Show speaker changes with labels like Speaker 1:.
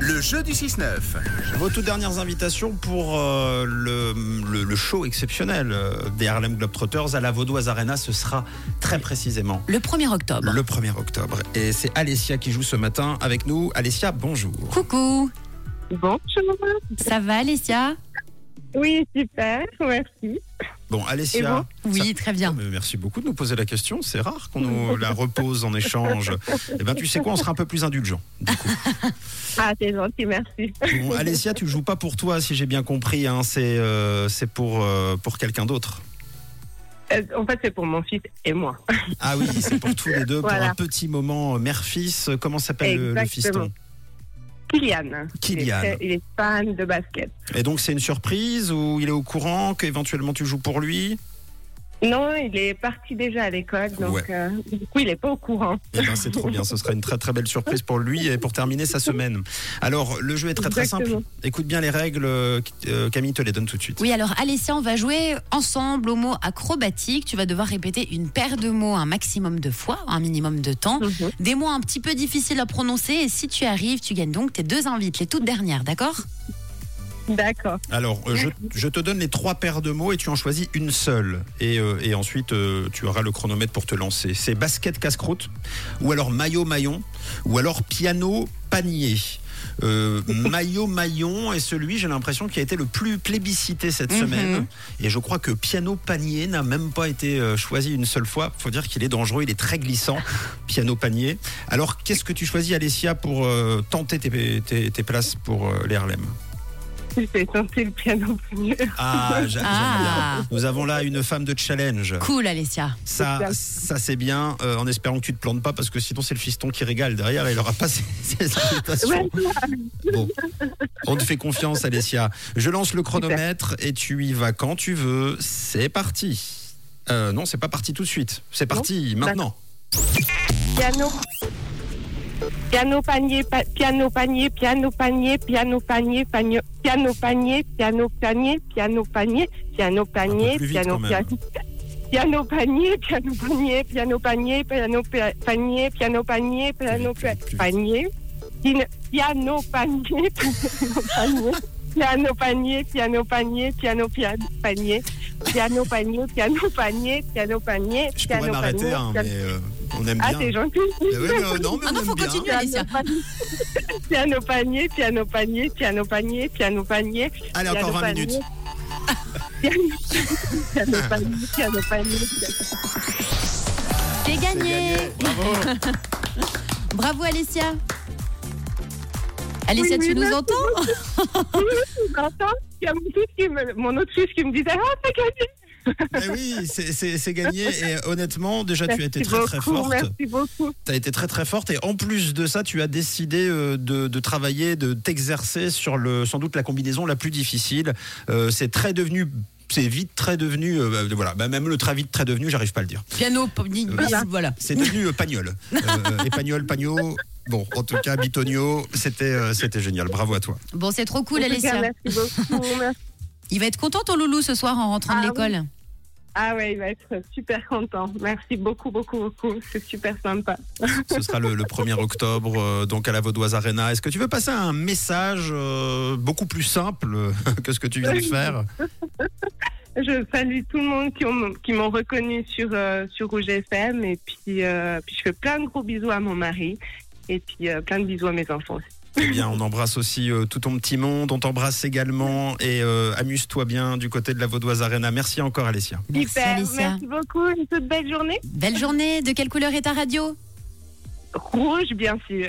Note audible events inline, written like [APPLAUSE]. Speaker 1: Le jeu du 6-9.
Speaker 2: Vos toutes dernières invitations pour euh, le, le- le show exceptionnel euh, des Harlem Globetrotters à la Vaudoise Arena, ce sera très précisément
Speaker 3: Le 1er octobre.
Speaker 2: le 1er octobre. Et c'est Alessia qui joue ce matin avec nous. Alessia, bonjour.
Speaker 3: Coucou,
Speaker 4: Bonjour.
Speaker 3: ça va Alicia
Speaker 4: Oui, super, merci.
Speaker 2: Bon,
Speaker 4: Et
Speaker 2: Alessia.
Speaker 4: vous
Speaker 3: Oui, très
Speaker 2: Oh,
Speaker 3: bien.
Speaker 2: mais Merci beaucoup de nous poser la question. C'est rare qu'on nous la repose en échange. Eh ben, tu sais quoi, on sera un peu plus indulgent.
Speaker 4: Ah, c'est gentil, merci.
Speaker 2: Bon, Alessia, tu joues pas pour toi, si j'ai bien compris. hein. C'est euh, c'est pour, euh, pour quelqu'un d'autre.
Speaker 4: Euh, en fait, c'est pour mon fils et moi.
Speaker 2: Ah oui, c'est pour tous les deux, pour
Speaker 4: Voilà.
Speaker 2: un petit moment euh, mère-fils. Comment s'appelle le- le
Speaker 4: Exactement.
Speaker 2: fiston
Speaker 4: Kylian. Il est,
Speaker 2: Kylian.
Speaker 4: très- il est fan de basket.
Speaker 2: Et donc c'est une surprise ou il est au courant qu'éventuellement tu joues pour lui
Speaker 4: Non, il est parti déjà à l'école, donc
Speaker 2: Ouais.
Speaker 4: euh, du coup, il n'est pas au courant.
Speaker 2: Eh bien c'est trop bien, ce sera une très très belle surprise pour lui et pour terminer sa semaine. Alors le jeu est très très
Speaker 4: Exactement.
Speaker 2: simple. Écoute bien les règles, euh, Camille te les donne tout de suite.
Speaker 3: Oui, alors Alessia, on va jouer ensemble au mot acrobatique. Tu vas devoir répéter une paire de mots un maximum de fois, un minimum de temps.
Speaker 4: Mhm.
Speaker 3: Des mots un petit peu difficiles à prononcer et si tu arrives, tu gagnes donc tes deux invites, les toutes dernières, d'accord
Speaker 4: Mhm. D'accord.
Speaker 2: Alors euh, je, je te donne les trois paires de mots et tu en choisis une seule. Et, euh, et ensuite euh, tu auras le chronomètre pour te lancer. C'est basket casse-croûte ou alors maillot maillon ou alors piano panier. Euh, maillot maillon est celui, j'ai l'impression, qui a été le plus plébiscité cette
Speaker 3: Mhm.
Speaker 2: semaine. Et je crois que piano panier n'a même pas été euh, choisi une seule fois. Faut dire qu'il est dangereux, il est très glissant, piano panier. Alors qu'est-ce que tu choisis, Alessia, pour euh, tenter tes, tes- tes places pour euh, les Harlem
Speaker 4: J'ai tenté le piano pour mieux.
Speaker 2: Ah, j'a- j'aime
Speaker 3: Ah.
Speaker 2: bien. Nous avons là une femme de challenge.
Speaker 3: Cool Alessia.
Speaker 2: Ça, ça c'est bien, euh, en espérant que tu te plantes pas, parce que sinon c'est le fiston qui régale derrière et il aura pas ses, [LAUGHS] ses invitations. Bon. On te fait confiance, Alessia. Je lance le chronomètre et tu y vas quand tu veux. C'est parti. Euh, non, c'est pas parti tout de suite. C'est parti maintenant.
Speaker 4: Piano. Piano panier, pa- piano panier, piano panier, piano panier, pagno- piano panier, piano panier, piano panier, piano
Speaker 2: Un peu
Speaker 4: panier,
Speaker 2: plus vite
Speaker 4: piano
Speaker 2: quand même.
Speaker 4: piano panier, piano panier, piano panier, piano pa- panier, piano panier, piano
Speaker 2: Plus vite,
Speaker 4: pa-
Speaker 2: plus vite.
Speaker 4: panier, Pin- piano panier, piano panier, piano panier, [LAUGHS] piano panier, piano pian- panier, piano panier, piano panier, piano panier,
Speaker 2: Je pourrais
Speaker 4: piano
Speaker 2: m'arrêter,
Speaker 4: panier.
Speaker 2: hein, mais
Speaker 4: piano-
Speaker 2: euh, on aime
Speaker 4: Ah,
Speaker 2: bien.
Speaker 4: c'est gentil.
Speaker 2: Mais oui, mais, euh, non, mais
Speaker 3: Ah
Speaker 2: on
Speaker 3: non,
Speaker 2: aime
Speaker 3: faut
Speaker 2: bien.
Speaker 3: continuer.
Speaker 4: Piano panier, [LAUGHS] piano panier, piano panier, piano panier, piano panier.
Speaker 2: Allez, encore
Speaker 4: piano
Speaker 2: 20
Speaker 4: panier.
Speaker 2: minutes.
Speaker 4: Piano panier, piano panier.
Speaker 3: J'ai
Speaker 2: C'est
Speaker 3: gagné. [LAUGHS]
Speaker 2: gagné. Bravo.
Speaker 3: Bravo Alessia. Alessia,
Speaker 4: Oui,
Speaker 3: tu nous
Speaker 4: oui, merci
Speaker 3: entends
Speaker 4: Tu m'entends Il y a mon, fils qui me- mon autre fils qui me disait Ah, t'as gagné
Speaker 2: Eh oui, c'est- c'est c'est gagné. Et honnêtement, déjà, tu as été
Speaker 4: Merci
Speaker 2: très très
Speaker 4: beaucoup,
Speaker 2: forte.
Speaker 4: Merci beaucoup.
Speaker 2: Tu as été très très forte. Et en plus de ça, tu as décidé euh, de, de travailler, de t'exercer sur le, sans doute la combinaison la plus difficile. Euh, c'est très devenu. C'est vite très devenu, euh, bah, voilà, bah, même le très vite très devenu, j'arrive pas à le dire.
Speaker 3: Piano, pop-
Speaker 2: Voilà.
Speaker 3: voilà.
Speaker 2: C'est devenu euh, pagnol. Euh, et pagnol, pagnol. Bon, en tout cas, Bitonio, c'était euh, c'était génial. Bravo à toi.
Speaker 3: Bon, c'est trop cool
Speaker 4: En tout cas,
Speaker 3: Alessia.
Speaker 4: Merci beaucoup. merci.
Speaker 3: Il va être content ton loulou ce soir en rentrant
Speaker 4: Ah
Speaker 3: de
Speaker 4: oui.
Speaker 3: l'école.
Speaker 4: Ah ouais, il va être super content. Merci beaucoup, beaucoup, beaucoup. C'est super sympa.
Speaker 2: Ce sera le, le 1er octobre, euh, donc à la Vaudoise Arena. Est-ce que tu veux passer un message euh, beaucoup plus simple euh, que ce que tu viens de faire
Speaker 4: Je salue tout le monde qui, ont- qui m'ont reconnu sur, euh, sur Rouge FM et puis, euh, puis je fais plein de gros bisous à mon mari et puis euh, plein de bisous à mes enfants. aussi.
Speaker 2: Eh bien, on embrasse aussi euh, tout ton petit monde, on t'embrasse également et euh, amuse-toi bien du côté de la Vaudoise Arena. Merci encore Alessia.
Speaker 3: Merci
Speaker 4: Super,
Speaker 3: Alessia.
Speaker 4: merci beaucoup, une toute belle journée.
Speaker 3: Belle journée. De quelle couleur est ta radio
Speaker 4: Rouge bien sûr.